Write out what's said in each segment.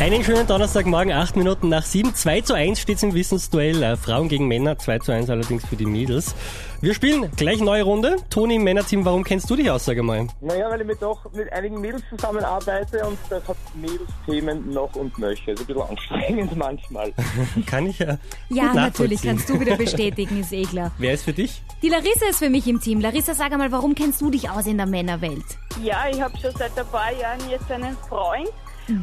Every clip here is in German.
Einen schönen Donnerstagmorgen, acht Minuten nach sieben. 2 zu 1 steht im Wissensduell. Äh, Frauen gegen Männer, 2 zu 1 allerdings für die Mädels. Wir spielen gleich neue Runde. Toni im Männerteam, warum kennst du die Aussage mal? Naja, weil ich mit doch mit einigen Mädels zusammenarbeite und das hat Mädels-Themen noch und nöcher. Ist ein bisschen anstrengend manchmal. Kann ich ja. Ja, gut natürlich, nachvollziehen. kannst du wieder bestätigen, ist eh klar. Wer ist für dich? Die Larissa ist für mich im Team. Larissa, sag einmal, warum kennst du dich aus in der Männerwelt? Ja, ich habe schon seit ein paar Jahren jetzt einen Freund.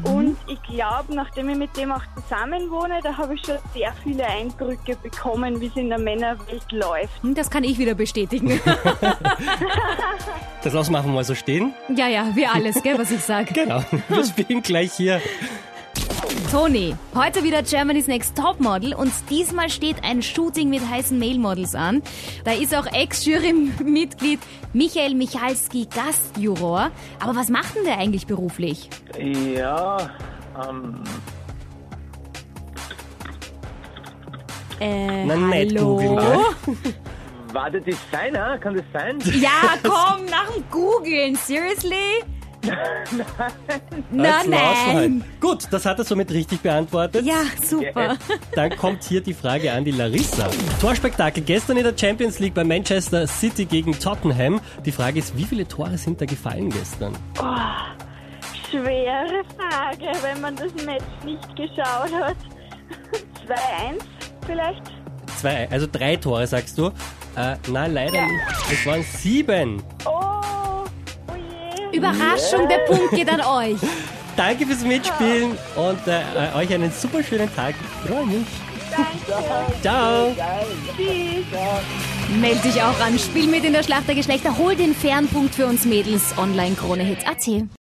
Und ich glaube, nachdem ich mit dem auch zusammen wohne, da habe ich schon sehr viele Eindrücke bekommen, wie es in der Männerwelt läuft. Hm, Das kann ich wieder bestätigen. Das lassen wir einfach mal so stehen. ja, ja, wir alles, gell, was ich sag. Genau. Wir spielen gleich hier. Toni, heute wieder Germany's Next Topmodel und diesmal steht ein Shooting mit heißen Male Models an. Da ist auch Ex-Jury-Mitglied Michael Michalski Gastjuror. Aber was macht denn der eigentlich beruflich? Ja, ähm, Äh, Na, nicht googeln, hallo? gell? war der Designer? Kann das sein? Ja, komm, nach dem Googeln, seriously? Na, Als nein. Maßeinheit. Gut, das hat er somit richtig beantwortet. Ja, super. Dann kommt hier die Frage an die Larissa. Torspektakel gestern in der Champions League bei Manchester City gegen Tottenham. Die Frage ist, wie viele Tore sind da gefallen gestern? Schwere Frage, wenn man das Match nicht geschaut hat. 2-1 vielleicht? Zwei, also drei Tore, sagst du? Äh, nein, leider nicht. Es waren sieben. Oh, oh je. Überraschung, der Punkt geht an euch. Danke fürs Mitspielen und äh, äh, euch einen super schönen Tag. Freue mich. Danke. Ciao. Meld dich auch an, spiel mit in der Schlacht der Geschlechter, hol den Fernpunkt für uns Mädels, online kronehit.at.